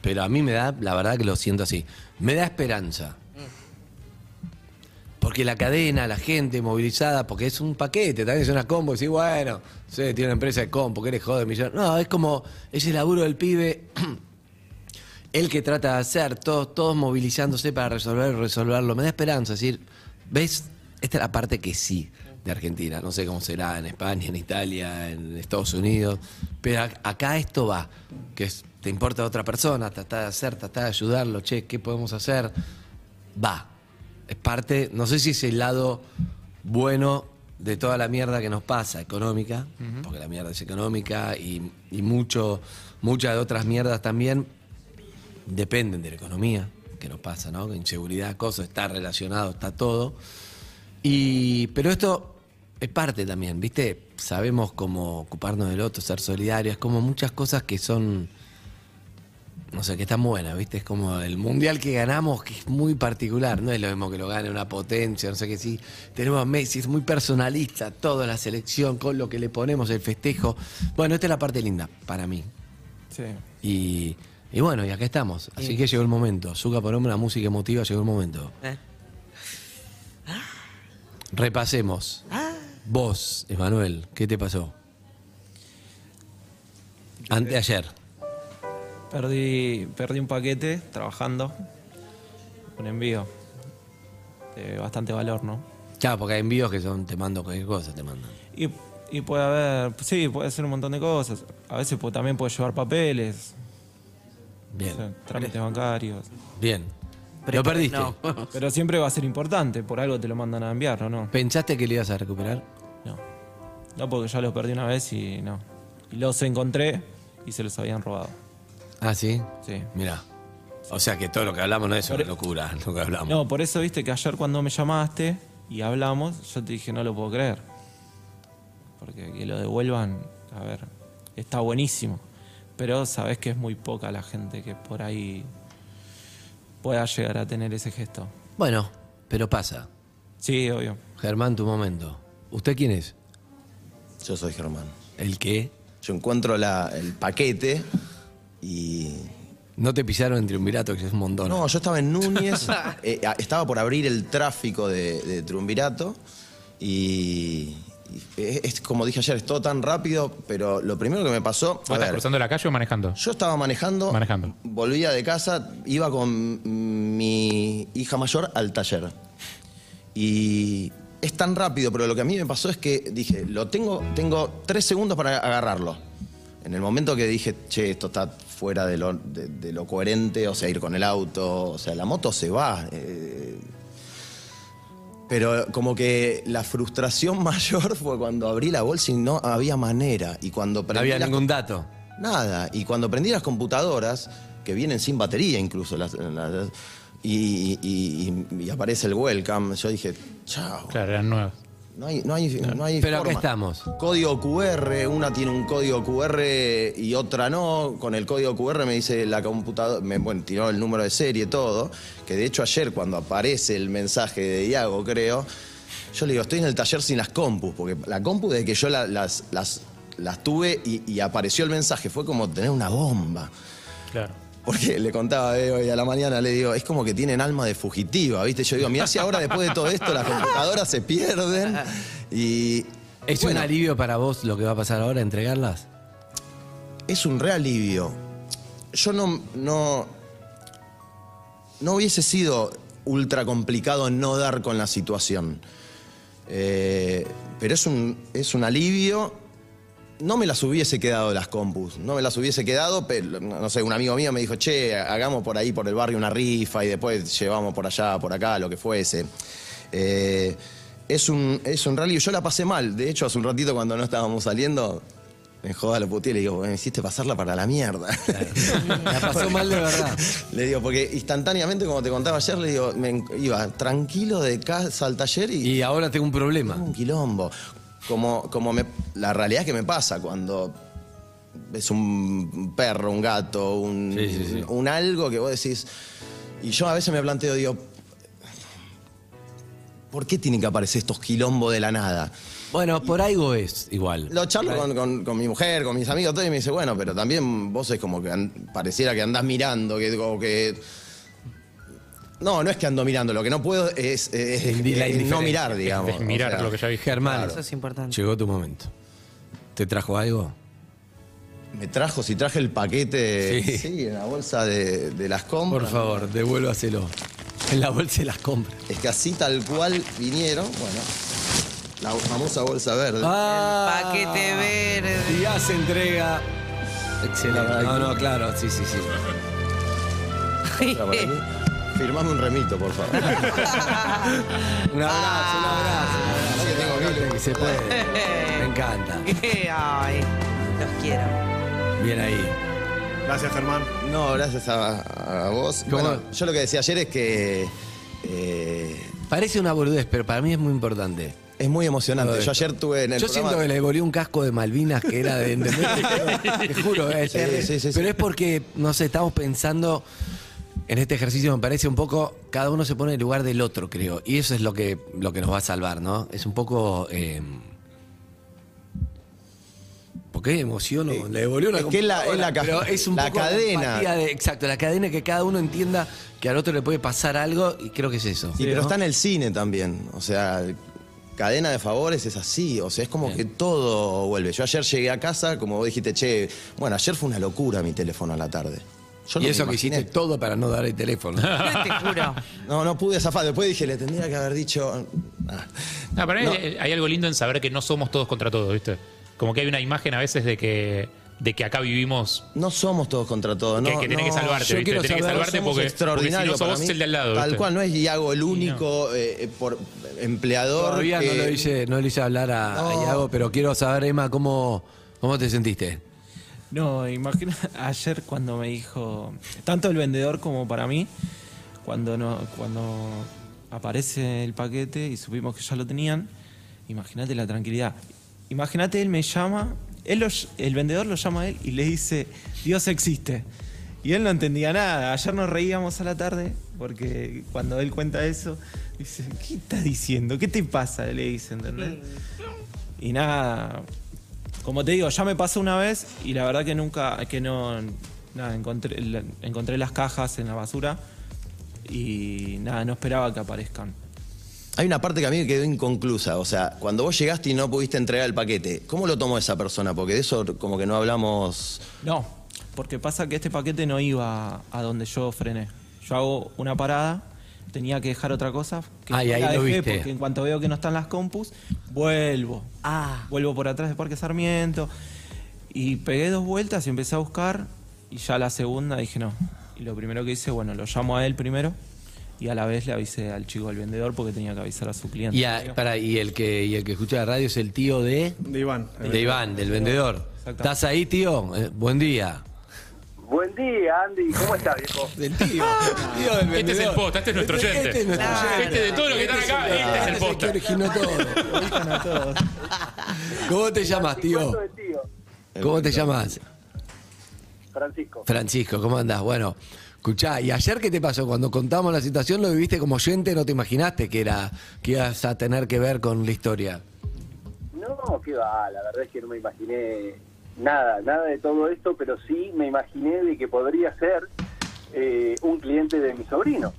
S5: pero a mí me da, la verdad que lo siento así, me da esperanza. Porque la cadena, la gente movilizada, porque es un paquete, también es una combo, decís, bueno, sé, tiene una empresa de combo, que eres joder, millón. No, es como, es el laburo del pibe, el que trata de hacer, todos, todos movilizándose para resolver, resolverlo. Me da esperanza, es decir, ¿ves? Esta es la parte que sí de Argentina. No sé cómo será en España, en Italia, en Estados Unidos. Pero ac- acá esto va, que es- te importa a otra persona, tratá de hacer, tratá de ayudarlo, che, ¿qué podemos hacer? Va. Es parte, no sé si es el lado bueno de toda la mierda que nos pasa, económica, porque la mierda es económica y, y mucho, muchas de otras mierdas también dependen de la economía, que nos pasa, ¿no? Inseguridad, cosas, está relacionado, está todo. Y, pero esto es parte también, ¿viste? Sabemos cómo ocuparnos del otro, ser solidarios, como muchas cosas que son, no sé, que están buenas, ¿viste? Es como el mundial que ganamos, que es muy particular, no es lo mismo que lo gane una potencia, no sé qué, sí. Tenemos a Messi, es muy personalista, toda la selección, con lo que le ponemos, el festejo. Bueno, esta es la parte linda para mí,
S15: Sí.
S5: y, y bueno, y acá estamos. Así que llegó el momento. Zuka por hombre, la música emotiva, llegó el momento.
S7: Eh.
S5: Repasemos. Vos, Emanuel, ¿qué te pasó? Anteayer.
S15: Perdí, perdí un paquete trabajando. Un envío. De bastante valor, ¿no?
S5: Claro, porque hay envíos que son, te mando cualquier cosa, te mandan.
S15: Y, y puede haber, sí, puede ser un montón de cosas. A veces pu- también puede llevar papeles.
S5: Bien.
S15: O sea, trámites bancarios.
S5: Bien. Lo perdiste.
S15: Pero siempre va a ser importante, por algo te lo mandan a enviar, ¿o no?
S5: ¿Pensaste que le ibas a recuperar?
S15: No. No, porque ya los perdí una vez y no. Y los encontré y se los habían robado.
S5: Ah, sí.
S15: Sí.
S5: Mirá. O sea que todo lo que hablamos no es una locura, [laughs] lo que hablamos.
S15: No, por eso viste que ayer cuando me llamaste y hablamos, yo te dije no lo puedo creer. Porque que lo devuelvan, a ver, está buenísimo. Pero sabes que es muy poca la gente que por ahí pueda llegar a tener ese gesto.
S5: Bueno, pero pasa.
S15: Sí, obvio.
S5: Germán, tu momento. ¿Usted quién es?
S9: Yo soy Germán.
S5: ¿El qué?
S9: Yo encuentro la- el paquete y
S5: No te pisaron en Triunvirato, que es un montón.
S9: No, yo estaba en
S7: [laughs]
S9: Núñez, eh, a- estaba por abrir el tráfico de, de Triunvirato y, y es, es como dije ayer, es todo tan rápido, pero lo primero que me pasó...
S6: ¿Vos estás cruzando la calle o manejando?
S9: Yo estaba manejando,
S6: Manejando.
S9: volvía de casa, iba con mi hija mayor al taller. Y es tan rápido, pero lo que a mí me pasó es que dije, lo tengo, tengo tres segundos para agarrarlo. En el momento que dije, che, esto está fuera de lo, de- de lo coherente, o sea, ir con el auto, o sea, la moto se
S6: Ah.
S9: va. eh, pero como que la frustración [laughs] mayor fue cuando abrí la bolsa y no había manera. Y cuando
S5: No había
S9: prendí las-
S5: ningún dato.
S9: Nada. Y cuando prendí las computadoras, que vienen sin batería incluso, las- las- y, y- y- y aparece el welcome, yo dije, chao.
S6: Claro, eran nuevas.
S9: No hay, no hay, no hay
S5: Pero acá
S9: forma.
S5: estamos.
S9: Código QR, una tiene un código QR y otra no. Con el código QR me dice la computadora, me, bueno, tiró el número de serie, todo. Que de hecho ayer cuando aparece el mensaje de Iago, creo, yo le digo, estoy en el taller sin las compus, porque la compu desde que yo la- las, las, las tuve y, y apareció el mensaje, fue como tener una bomba.
S6: Claro.
S9: Porque le contaba a Bebo hoy a la mañana, le digo, es como que tienen alma de fugitiva, ¿viste? Yo digo, mirá si ahora después de todo esto las computadoras se pierden y...
S5: ¿Es
S9: bueno,
S5: un alivio para vos lo que va a pasar ahora, entregarlas?
S9: es un re alivio. Yo no, no, no hubiese sido ultra complicado no dar con la situación. Eh, pero es un, es un alivio. No me las hubiese quedado las compus, no me las hubiese quedado, pero no no sé, un amigo mío me dijo, che, hagamos por ahí, por el barrio, una rifa y después llevamos por allá, por acá, lo que fuese. [laughs] Eh, es, un, es un rally, yo la pasé mal, de hecho hace un ratito cuando no estábamos saliendo, me joda lo puteé y le digo, me hiciste pasarla para la mierda.
S5: La pasó mal
S9: [laughs]
S5: de verdad.
S9: Le digo, porque instantáneamente, como te contaba ayer, le digo, me en- iba tranquilo de casa al taller y.
S5: Y ahora tengo un problema.
S9: Un quilombo. Como, como me- la realidad que me pasa cuando es un perro, un gato, un, un algo que vos decís. Y yo a veces me planteo, digo, ¿por qué tienen que aparecer estos quilombos de la nada?
S5: Bueno, por algo es igual.
S9: Lo charlo con, con- con mi mujer, con mis amigos, todo, y me dice, bueno, pero también vos es como que an- pareciera que andás mirando, que, como que. No, no es que ando mirando, lo que no puedo es, eh, es- es no mirar, digamos. O sea,
S5: Germán,
S9: claro.
S5: Llegó tu momento. ¿Te trajo algo?
S9: Me trajo, si traje el paquete,
S5: Sí.
S9: sí, en la bolsa de, de las compras.
S5: Por favor, devuélvaselo. En la bolsa de las compras.
S9: Es que así tal cual vinieron, bueno, la famosa bolsa verde.
S7: Paquete verde.
S5: Ah. Y ya se entrega. Excelente. No, no, claro, sí, sí, sí.
S9: Otra para mí. Firmame un remito, por
S5: [laughs]
S9: favor.
S5: Un abrazo, un abrazo.
S9: Ah.
S5: un abrazo. Se puede. Me encanta.
S7: [laughs] Ay, los quiero.
S5: Bien ahí.
S9: Gracias, Germán. No, gracias a, a vos. Bueno, yo lo que decía ayer es que. eh,
S5: Parece una boludez, pero para mí es muy importante.
S9: es muy emocionante. Yo ayer tuve en el
S5: Yo siento que le devolví un casco de Malvinas que era
S9: [laughs]
S5: de. ¿entendés? Te juro, es-
S9: Sí,
S5: es-
S9: sí, sí, sí.
S5: Pero es porque, no sé, estamos pensando. En este ejercicio me parece un poco, cada uno se pone en el lugar del otro, creo. Y eso es lo que, lo que nos va a salvar, ¿no? Es un poco... eh, ¿Por qué me emociono? Le devolví una
S9: Eh, es que es la- es la ca-
S5: computadora, pero es un
S9: la
S5: poco
S9: cadena.
S5: empatía de- exacto, la cadena que cada uno entienda que al otro le puede pasar algo y creo que es eso.
S9: Sí, pero
S5: ¿no?
S9: está en el cine también. O sea, cadena de favores es así. O sea, es como que todo vuelve. Yo ayer llegué a casa, como vos dijiste, che, bueno, ayer fue una locura mi teléfono a la tarde. Yo no
S5: y
S9: me
S5: eso que
S9: imaginé.
S5: hiciste todo para no dar el teléfono.
S7: Te juro.
S9: No, no pude zafar. Después dije, le tendría que haber dicho. ah.
S6: No, para mí
S9: No.
S6: eh, hay algo lindo en saber que no somos todos contra todos, ¿viste? Como que hay una imagen a veces de que, de que acá vivimos.
S9: No somos todos contra todos,
S6: Que-
S9: ¿no?
S6: que tenés que
S9: no,
S6: salvarte,
S9: yo
S6: ¿viste?
S9: quiero
S6: Tenés que
S9: saber,
S6: salvarte
S9: somos
S6: porque- porque si no
S9: extraordinarios
S6: sos
S9: para
S6: vos
S9: mí.
S6: el de al lado,
S9: Tal
S6: ¿viste?
S9: cual, no es Iago el único eh, eh, por, empleador.
S5: Todavía
S9: que-
S5: no, lo hice, no lo hice hablar a, a
S9: No.
S5: Iago, pero quiero saber, Emma, cómo, cómo te sentiste.
S15: No, imagina ayer cuando me dijo, tanto el vendedor como para mí, cuando no, cuando aparece el paquete y supimos que ya lo tenían, imagínate la tranquilidad. Imagínate él me llama, él lo ll- el vendedor lo llama a él y le dice, Dios existe. Y él no entendía nada. Ayer nos reíamos a la tarde porque cuando él cuenta eso, dice, ¿qué estás diciendo? ¿Qué te pasa? Le dice, ¿entendés? Y nada, como te digo, ya me pasó una vez y la verdad que nunca, que no, nada, encontré, la- encontré las cajas en la basura y nada, no esperaba que aparezcan.
S9: Hay una parte que a mí me quedó inconclusa. O sea, cuando vos llegaste y no pudiste entregar el paquete, ¿cómo lo tomó esa persona? Porque de eso como que no hablamos.
S15: No, porque pasa que este paquete no iba a donde yo frené. Yo hago una parada, tenía que dejar otra cosa. Que
S5: Ah, y
S15: no
S5: ahí
S15: la
S5: lo
S15: dejé
S5: viste.
S15: Porque en cuanto veo que no están las compus, vuelvo.
S7: Ah.
S15: Vuelvo por atrás de Parque Sarmiento. Y pegué dos vueltas y empecé a buscar. Y ya la segunda dije no. Y lo primero que hice, bueno, lo llamo a él primero. Y a la vez le avisé al chico del vendedor porque tenía que avisar a su cliente.
S5: Y, a- para, y, el que, y el que escucha la radio es el tío de...
S14: De Iván.
S5: De Iván, del vendedor. ¿Estás ahí, tío? Eh, buen día.
S12: Buen día, Andy. ¿Cómo estás, viejo?
S5: Del tío. [laughs] tío del
S6: Este es el
S5: vendedor.
S6: posta, este es nuestro
S5: Este-
S6: oyente.
S5: este es nuestro
S6: Claro.
S5: oyente.
S6: Este de todos los que están
S5: Este
S6: acá,
S5: es el-
S6: este es el
S5: que
S6: posta.
S5: originó todo. ¿Cómo te llamas, tío? ¿Cómo te llamas?
S12: Francisco.
S5: Francisco, ¿cómo andás? Bueno, escuchá, ¿y ayer qué te pasó? Cuando contamos la situación, lo viviste como oyente, no te imaginaste que era que ibas a tener que ver con la historia.
S12: No, qué va, la verdad es que no me imaginé nada, nada de todo esto, pero sí me imaginé de que podría ser eh, un cliente de mi sobrino,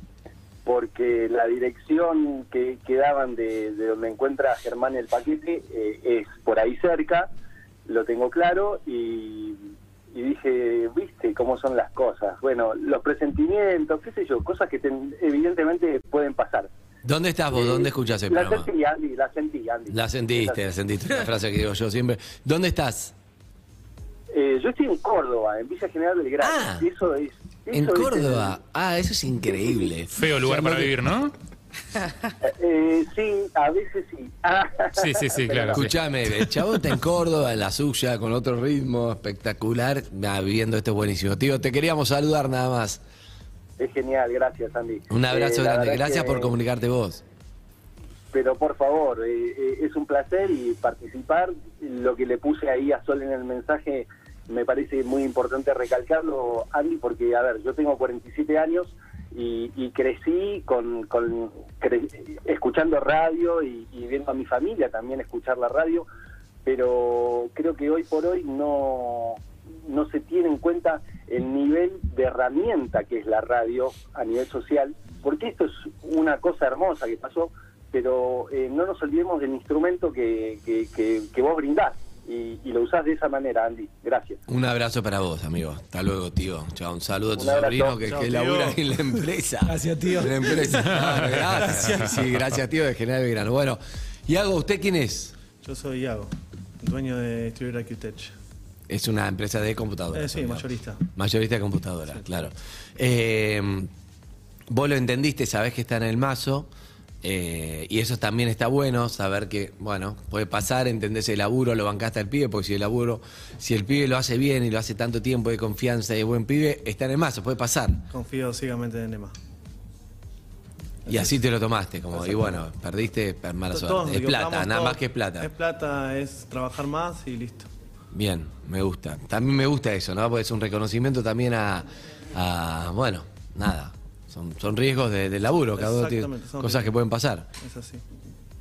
S12: porque la dirección que, que daban de, de donde encuentra Germán el paquete eh, es por ahí cerca, lo tengo claro, y, y dije, viste cómo son las cosas, bueno, los presentimientos, qué sé yo, cosas que ten- evidentemente pueden pasar.
S5: ¿Dónde estás vos? ¿Dónde escuchás el
S12: La
S5: programa?
S12: sentí, Andy, la sentí, Andy.
S5: La sentiste, la sentiste, la frase que digo yo siempre. ¿Dónde estás?
S12: Eh, yo estoy en Córdoba, en Villa General Belgrano.
S5: Ah.
S12: Eso es.
S5: En
S12: eso es-
S5: Córdoba. Ah, eso es increíble.
S6: Feo lugar para vivir, ¿no?
S12: Eh, sí, a veces sí. [laughs] Ah.
S5: Escuchame, el chabón está en Córdoba, en la suya, con otro ritmo espectacular. Ah, viviendo esto es buenísimo. Tío, te queríamos saludar nada más.
S12: Es genial, gracias, Andy.
S5: Un abrazo
S12: Eh, la
S5: grande.
S12: verdad
S5: Gracias
S12: que-
S5: por comunicarte vos.
S12: Pero por favor, eh, eh, es un placer y participar. Lo que le puse ahí a Sol en el mensaje me parece muy importante recalcarlo, Andy, porque, a ver, yo tengo 47 años y, y crecí con, con- cre- escuchando radio y, y viendo a mi familia también escuchar la radio, pero creo que hoy por hoy no, no se tiene en cuenta el nivel de herramienta que es la radio a nivel social, porque esto es una cosa hermosa que pasó, pero eh, no nos olvidemos del instrumento que, que, que- que vos brindás y, y lo usás de esa manera, Andy. Gracias.
S5: Un abrazo para vos, amigo. Hasta luego, tío. Chao, un saludo a tu
S12: Un abrazo.
S5: sobrino que,
S12: Chao,
S5: que
S12: tío.
S5: labura en la empresa.
S14: Gracias, tío.
S5: En la
S14: [laughs]
S5: empresa. Claro, gracias.
S14: Gracias.
S5: Sí, gracias, tío, de General Belgrano. Bueno, Iago, ¿usted quién es?
S14: Yo soy Iago, dueño de Estudiar Acutech.
S5: Es una empresa de computadoras.
S14: Eh, sí,
S5: ¿no?
S14: mayorista.
S5: Mayorista de computadoras, claro. Eh, vos lo entendiste, sabés que está en el mazo. eh, y eso también está bueno, saber que, bueno, puede pasar, entendés el laburo, lo bancaste al pibe, porque si el laburo, si el pibe lo hace bien y lo hace tanto tiempo de confianza y es buen pibe, está en el mazo, puede pasar.
S14: Confío ciegamente en Nema.
S5: Y así te lo tomaste, como, y bueno, perdiste per- mala suerte. Es plata, nada más que es plata.
S14: Es plata, Ah, es trabajar más y listo.
S5: Bien, me gusta. También me gusta eso, ¿no? Porque es un reconocimiento también a, a, bueno, nada. Son, son riesgos de- del laburo, cada uno tiene
S14: Exactamente, son
S5: cosas que
S14: riesgos.
S5: pueden pasar.
S14: Es así.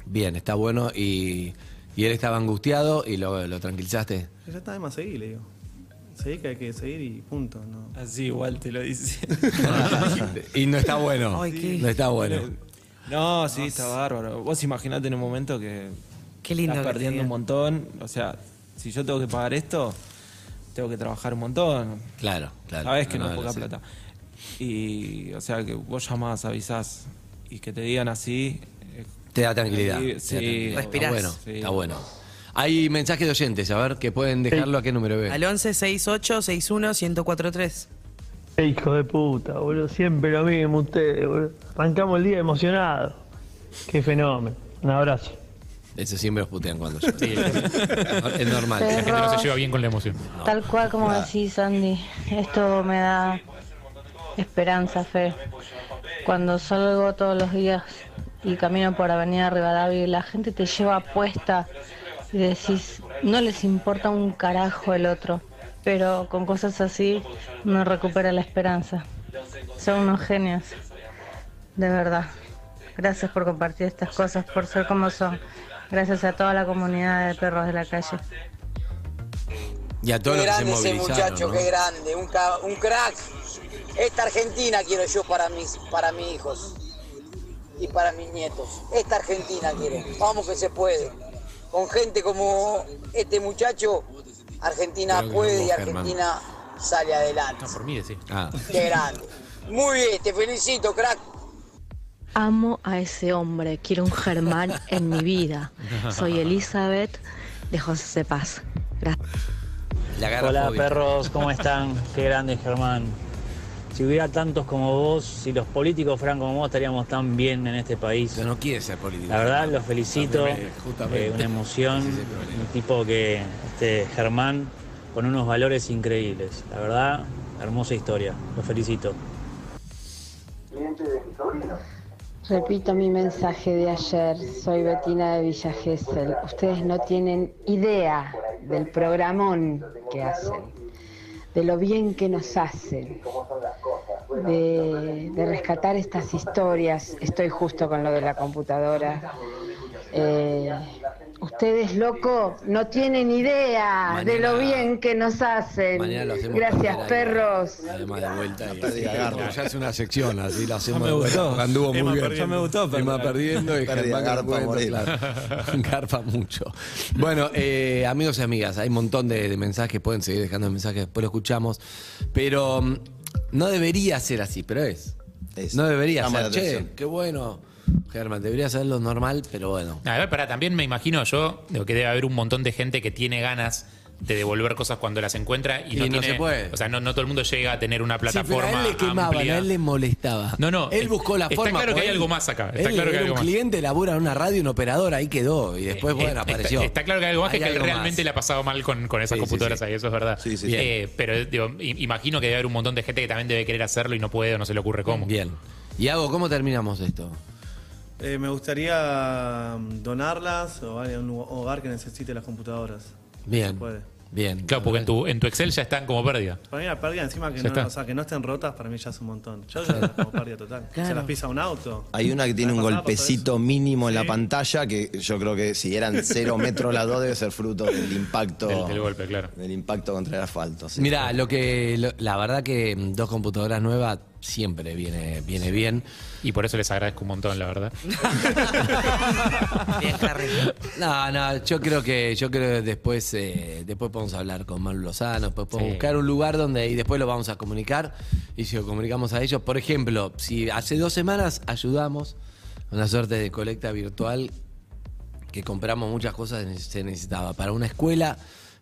S5: Bien, está bueno y, y él estaba angustiado y lo, lo
S15: [laughs]
S5: tranquilizaste. [laughs]
S14: Ya está de más seguir, le digo. Seguí que hay que seguir y punto. ¿no?
S15: Así igual te lo
S14: [laughs]
S15: dice.
S5: y no está bueno. No está bueno.
S15: No, sí, está bárbaro. Vos imaginate en un momento que
S7: Qué lindo que
S15: estás
S7: te
S15: perdiendo
S7: diga.
S15: un montón. O sea, si yo tengo que pagar esto, tengo que trabajar un montón.
S5: Claro, claro.
S15: Sabés que no, es
S5: lo
S15: poca
S5: sé.
S15: plata. Y, o sea, que vos llamás, avisás y que te digan así. eh,
S5: Te da tranquilidad.
S15: Sí,
S5: te da tranquilidad.
S15: Respirás.
S5: Está bueno,
S15: Sí.
S5: está bueno. Hay mensajes de oyentes, a ver, que pueden dejarlo a qué número ve.
S7: Al 11 68 61 1043.
S16: Eh, hijo de puta, boludo. Siempre lo mismo ustedes, boludo. Arrancamos el día emocionado. Qué fenómeno. Un abrazo.
S5: Eso siempre los putean cuando yo. [laughs] es normal.
S17: La gente no se lleva
S5: bien con la emoción.
S17: Tal cual como decís, Andy. Esto me da esperanza, fe. Cuando salgo todos los días y camino por Avenida Rivadavia y la gente te lleva puesta y decís, no les importa un carajo el otro. Pero con cosas así uno recupera la esperanza. Son unos genios, de verdad. Gracias por compartir estas cosas, por ser como son. Gracias a toda la comunidad de perros de la calle.
S5: Y a todos
S18: Qué
S5: los que se
S18: grande ese
S5: movilizaron.
S18: muchacho,
S5: ¿no?
S18: qué grande, un, ca- un crack. Esta Argentina quiero yo para mis, para mis hijos y para mis nietos. Esta Argentina quiero. Vamos que se puede. Con gente como este muchacho, Argentina
S6: Creo que
S18: puede
S6: no,
S18: y
S6: Germán.
S18: Argentina sale adelante.
S6: Por mí, sí.
S5: Ah.
S18: Qué grande. Muy bien, te felicito, crack.
S17: Amo a ese hombre, quiero un Germán en mi vida. Soy Elizabeth de José de Paz. Gracias.
S19: Hola
S17: fobia.
S19: perros, ¿cómo están? Qué grande Germán. Si hubiera tantos como vos, si los políticos fueran como vos, estaríamos tan bien en este país.
S5: Yo no quiere ser político.
S19: La verdad, los felicito.
S5: Justamente, justamente.
S19: Eh, una emoción,
S5: Ese es el problema.
S19: un tipo que, este Germán, con unos valores increíbles. La verdad, hermosa historia. Los felicito.
S3: Repito mi mensaje de ayer, soy Betina de Villa Gesell. Ustedes no tienen idea del programón que hacen, de lo bien que nos hacen, de, de rescatar estas historias. Estoy justo con lo de la computadora. Eh, ustedes, loco, no tienen idea Ah, de lo bien que nos hacen.
S5: Mañana lo hacemos perder
S3: Gracias,
S5: ahí.
S3: perros.
S5: Además de vuelta. y-
S9: pérdida de agarro.
S5: ya es una sección, así la hacemos.
S9: Ya me
S5: de vuelta.
S9: gustó.
S5: Anduvo
S9: Emma
S5: muy bien.
S9: perdiendo. Ya me gustó, pero-
S5: Emma perdiendo y
S9: Pérdida
S5: Germán
S9: de garpa
S5: garpando,
S9: morir.
S5: claro. [laughs] Garpa mucho. Bueno, eh, amigos y amigas, hay un montón de, de mensajes. Pueden seguir dejando mensajes, después lo escuchamos. Pero mm, no debería ser así, pero es. No debería
S9: Llama la
S5: ser. Che,
S9: atención.
S5: qué bueno. Germán, debería hacerlo normal, pero bueno.
S6: A ver, para también me imagino yo lo que debe haber un montón de gente que tiene ganas de devolver cosas cuando las encuentra y no,
S5: Y no
S6: tiene-
S5: se puede.
S6: O sea, no, no todo el mundo llega a tener una plataforma
S5: Sí, pero a él le quemaban,
S6: amplia.
S5: a él le molestaba.
S6: No, no,
S5: Él
S6: es-
S5: buscó la
S6: está
S5: forma.
S6: claro que
S5: porque
S6: hay
S5: él-
S6: algo más acá, está
S5: él
S6: claro que
S5: era
S6: hay
S5: un
S6: algo más. Eh,
S5: cliente, labura en una radio, un operador, ahí quedó. Y después, bueno,
S6: Está-
S5: apareció.
S6: Está, claro que hay algo más
S5: Hay
S6: que, él
S5: algo
S6: realmente
S5: más.
S6: le ha pasado mal con, con
S5: Sí,
S6: esas
S5: sí,
S6: computadoras
S5: sí.
S6: ahí, eso es verdad.
S5: sí, sí.
S6: Eh, pero digo, i- imagino que debe haber un montón de gente que también debe querer hacerlo y no puede o no se le ocurre cómo.
S5: Bien. Y hago, ¿cómo terminamos esto?
S14: Eh, me gustaría mm, donarlas o a un hogar que necesite las computadoras.
S5: Bien.
S14: Puede.
S5: Bien.
S6: Claro, porque en tu, en tu Excel ya están como pérdida.
S14: Para mí la pérdida encima que
S6: Ya
S14: no,
S6: está.
S14: o sea, que no estén rotas, para mí ya es un montón. Yo
S6: [laughs]
S14: ya las como pérdida total. Se
S9: Claro.
S14: las pisa un auto.
S9: Hay una que tiene
S14: La
S9: un
S14: pasada pasó
S9: golpecito mínimo en la
S14: Sí.
S9: pantalla que yo creo que si eran
S14: [laughs]
S9: cero metros las dos debe ser fruto del impacto. Del, golpe, claro. Del impacto contra el asfalto. sí.
S5: Mira, lo que lo- la verdad que mm, dos computadoras nuevas siempre viene viene bien
S6: y por eso les agradezco un montón, la verdad.
S5: No, no, yo creo que yo creo que después eh, después podemos hablar con Manu Lozano, después podemos
S6: Sí.
S5: buscar un lugar donde y después lo vamos a comunicar y si lo comunicamos a ellos, por ejemplo, si hace dos semanas ayudamos a una suerte de colecta virtual que compramos muchas cosas que se necesitaba para una escuela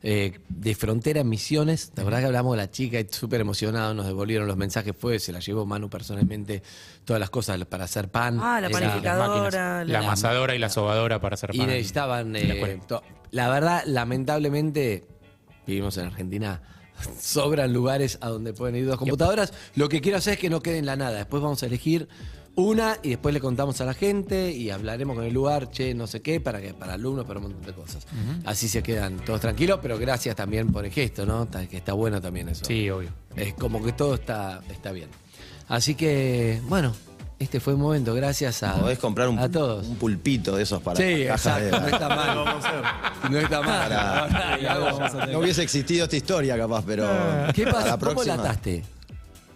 S5: eh, de frontera en Misiones. La verdad que hablamos con la chica y súper emocionado, nos devolvieron los mensajes, fue, se la llevó Manu personalmente todas las cosas para hacer pan.
S7: Ah, la
S5: Era-
S7: panificadora,
S5: las máquinas.
S6: La amasadora y la sobadora para hacer
S5: Y
S6: pan.
S5: necesitaban.
S6: En la
S5: eh,
S6: escuela.
S5: to- la verdad, lamentablemente, vivimos en Argentina. [laughs] Sobran lugares a donde pueden ir dos computadoras. Lo que quiero hacer es que no quede en la nada. Después vamos a elegir una y después le contamos a la gente y hablaremos con el lugar, che, no sé qué, para que para alumnos, para un montón de cosas. Así se quedan todos tranquilos, pero gracias también por el gesto, ¿no? Ta- Que está bueno también eso.
S6: Sí, obvio.
S5: Es como que todo está, está bien. Así que, bueno, este fue un momento. Gracias a,
S9: Podés comprar un,
S5: a todos.
S9: un pulpito de esos para
S5: Sí,
S9: cajas
S5: exacto, no está mal. No está mal.
S9: Para-
S5: Ahora, y hago-
S9: No hubiese existido esta historia capaz, pero.
S5: ¿Qué
S9: para
S5: pasa?
S9: la
S5: ¿Cómo
S9: próxima-
S5: la ataste?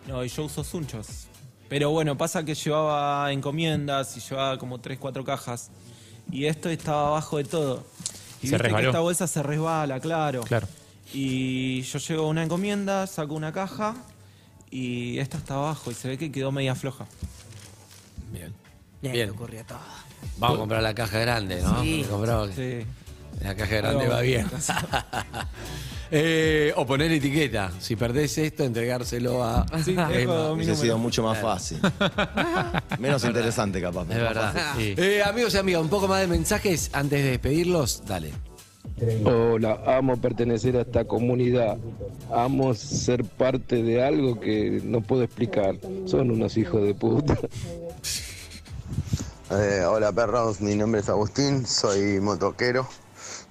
S15: No, y yo uso sunchos. Pero bueno, pasa que llevaba encomiendas y llevaba como 3, 4 cajas. Y esto estaba abajo de todo. Y
S6: Se
S15: viste que
S6: resbaló.
S15: esta bolsa se resbala, claro.
S6: Claro.
S15: Y yo llego a una encomienda, saco una caja y esta está abajo y se ve que quedó media floja.
S5: Bien.
S7: Bien,
S5: Bien.
S7: ocurrió todo.
S5: Vamos a comprar la caja grande, ¿no?
S7: Sí.
S5: Compramos-
S15: Sí.
S5: La caja grande
S15: Ahí
S5: va
S15: vamos.
S5: bien. [laughs] Eh, o poner etiqueta. Si perdés esto, entregárselo a.
S15: Sí,
S6: Eh,
S15: dejo mi
S9: Hubiese sido
S15: número.
S9: mucho más
S10: [laughs]
S9: fácil. Menos interesante capaz.
S5: Es
S9: pero más
S5: verdad.
S9: fácil.
S5: Eh, amigos y amigas, un poco más de mensajes antes de despedirlos. Dale.
S20: Hola, amo pertenecer a esta comunidad. Amo ser parte de algo que no puedo explicar. Son unos hijos de puta.
S21: Eh, hola perros, mi nombre es Agustín, soy motoquero.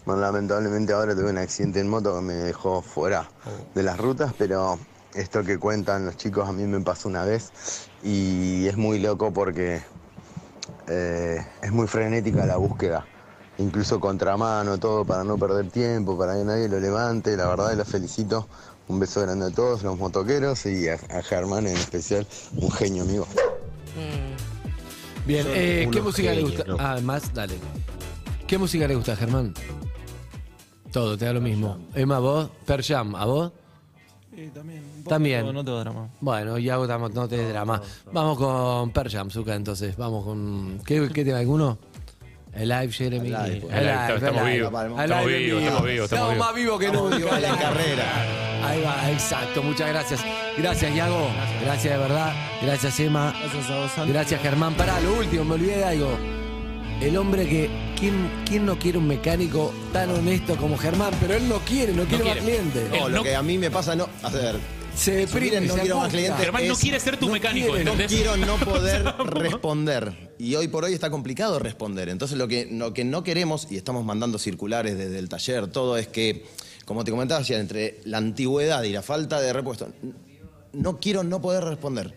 S21: Bueno, lamentablemente ahora tuve un accidente en moto que me dejó fuera de las rutas, pero esto que cuentan los chicos a mí me pasó una vez y es muy loco porque eh, es muy frenética la búsqueda. Incluso contramano, todo para no perder tiempo, para que nadie lo levante. La verdad, los felicito. Un beso grande a todos los motoqueros y a, a Germán en especial, un genio amigo.
S5: Bien,
S21: Son
S5: eh, ¿qué
S21: unos
S5: música le
S21: genios,
S5: gusta?
S21: loco.
S5: Ah, más, dale. ¿Qué música le gusta, Germán? Todo, te da lo mismo. Emma, vos, Per Jam, ¿a vos?
S15: Sí, también. un poco,
S5: También.
S15: pero No todo drama.
S5: Bueno, y hago tamo- no tenés drama. Vamos con Per Jam, Zuka, entonces. Vamos con. ¿Qué, qué tema? ¿Alguno? Alive, Jeremy.
S9: Alive, pues.
S5: Alive,
S9: Alive, estamos
S5: Alive.
S9: vivos,
S5: Alive,
S9: estamos
S5: Alive,
S9: vivos, estamos vivos, estamos
S5: Estamos más vivos que
S9: Estamos
S5: nunca.
S9: vivos en la
S5: carrera. Ahí va, exacto. Muchas gracias. Gracias, Iago. Gracias de verdad. Gracias, Emma.
S15: Gracias a vos, Santi.
S5: Gracias, Germán. Pará, lo último, me olvidé de algo. El hombre que. ¿quién, ¿Quién no quiere un mecánico tan honesto como Germán? Pero él no quiere, no, quiere, Eh, más clientes.
S9: No, lo que a mí me pasa no. A ver.
S5: Se deprime,
S9: miren, no
S5: se
S9: quiero más
S5: angustia.
S9: clientes.
S5: Germán no
S9: es-
S5: quiere ser tu mecánico,
S9: quiere, no
S5: ¿entendés?
S9: quiero
S5: [laughs]
S9: no poder responder. Y hoy por hoy está complicado responder. Entonces lo que, lo que no queremos, y estamos mandando circulares desde el taller, todo es que, como te comentaba, Gian, entre la antigüedad y la falta de repuesto, n- no quiero no poder responder.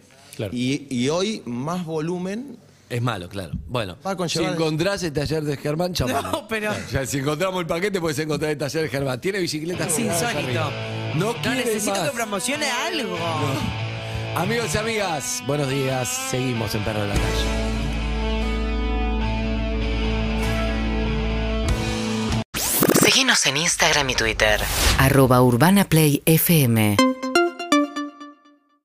S9: Y, y hoy más volumen.
S5: Es malo, claro. Bueno,
S9: va a
S5: Si
S9: conllevar-
S5: encontrás el taller de Germán, llamalo.
S9: No,
S7: pero-
S5: Ya, si encontramos el paquete, puedes encontrar el taller de Germán. Tiene bicicletas
S7: Es
S5: colgadas
S7: insólito.
S5: arriba. No,
S7: No
S5: quiere
S7: necesito
S5: más.
S7: que promocione algo.
S5: Amigos y amigas, buenos días. Seguimos en Perro de la Calle.
S1: Seguinos en Instagram y Twitter.
S2: Arroba Urbana Play FM.